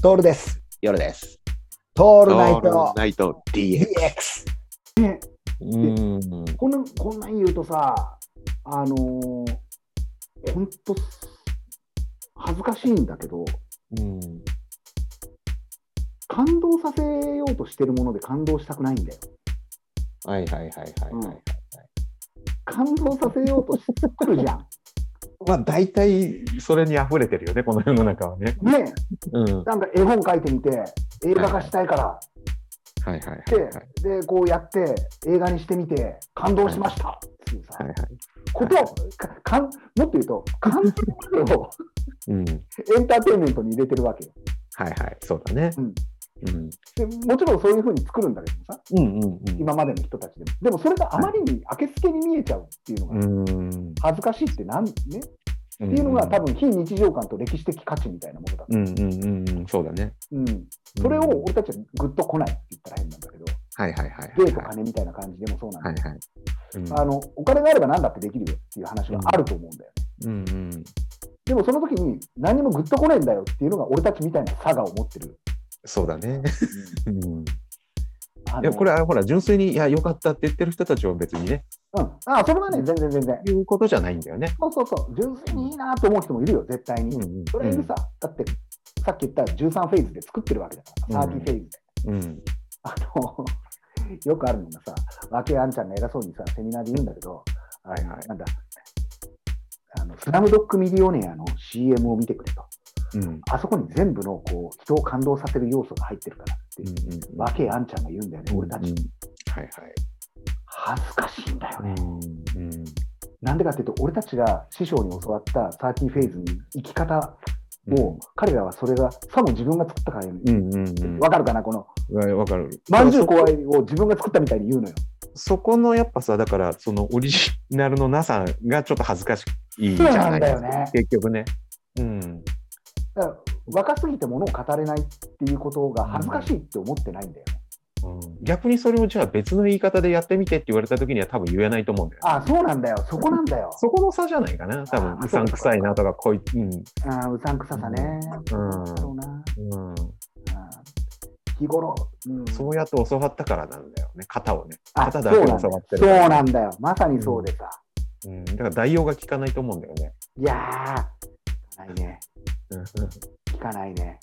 トールです。夜です。トオールナイトナイト DX。 DX。うん。こんな、こんなん言うとさ、あのー、ほんと、恥ずかしいんだけど、うん。感動させようとしてるもので感動したくないんだよ。はいはいはいはいはい。うん感動させようとしてくるじゃ ん。まあ大体それに溢れてるよね、この世の中はね。ねうん。はえなんか絵本書いてみて、映画化したいからいはいはいはい。って、で、こうやって、映画にしてみて、感動しました。っていうさはいはい。ことかかんもっと言うと、感動をうん。エンターテインメントに入れてるわけよ。はいはい。そうだね。うんうん。でもちろんそういうふうに作るんだけどさ、うんうん今までの人たちでも。でもそれがあまりに明けすけに見えちゃうっていうのうがん。うん。っ恥ずかしいってなんね。ってていうのが多分非日常感と歴史的価値みたいなものだ。うんうんうんうん。そうだね。うん。それを俺たちはグッと来ないって言ったら変なんだけど、はいはいはい。税と金みたいな感じでもそうなはんいだけはい。うんど、あのお金があれば何だってできるよっていう話はあると思うんだよね。うんうん。でもその時に何もグッと来ないんだよっていうのが俺たちみたいな差がを持ってる。そうだね。うん。あのいや、これはほら、純粋に、いや、良かったって言ってる人たちは別にね、うん。あ、それはね、全然全然。いうことじゃないんだよね。そうそうそう、純粋にいいなと思う人もいるよ、絶対に。うん。それいるさ、だってさっき言った13フェーズで作ってるわけだから、うん30フェーズで。うん。あのよくあるの がさ、わけあんちゃんが偉そうにさ、セミナーで言うんだけど、あのはいはいなんだあの、スラムドッグミリオネアの CM を見てくれと、うん。あそこに全部のこう人を感動させる要素が入ってるからって、うん。わけあんちゃんが言うんだよね、俺たち。。はいはい。恥ずかしいんだよね。うんうんなんでかっていうと、俺たちが師匠に教わった30フェーズの生き方も、彼らはそれが、さも自分が作ったからよねうんうんうん、わかるかな、このわわかる。まんじゅうだから怖いを自分が作ったみたいに言うのよ。そそこのやっぱさ、だからそのオリジナルのなさがちょっと恥ずかしいじそうゃななんいだよね。結局ね。うん。だから若すぎてものを語れないっていうことが恥ずかしいって思ってないんだよね。うん逆にそれをじゃあ別の言い方でやってみてって言われた時には多分言えないと思うんだよね、ああ、そうなんだよ。そこなんだよ。そこの差じゃないかな。多あ分ーうさんくさいなとか、こいうん。ああうさんくささね。うんそうな。うん、ああ日頃、うん、そうやって教わったからなんだよね。型をね。あ型だけを教わってるそうなんだよ。まさにそうでさ。うん。だから代用が効かないと思うんだよね。いやー、聞かないね。うん聞かないね。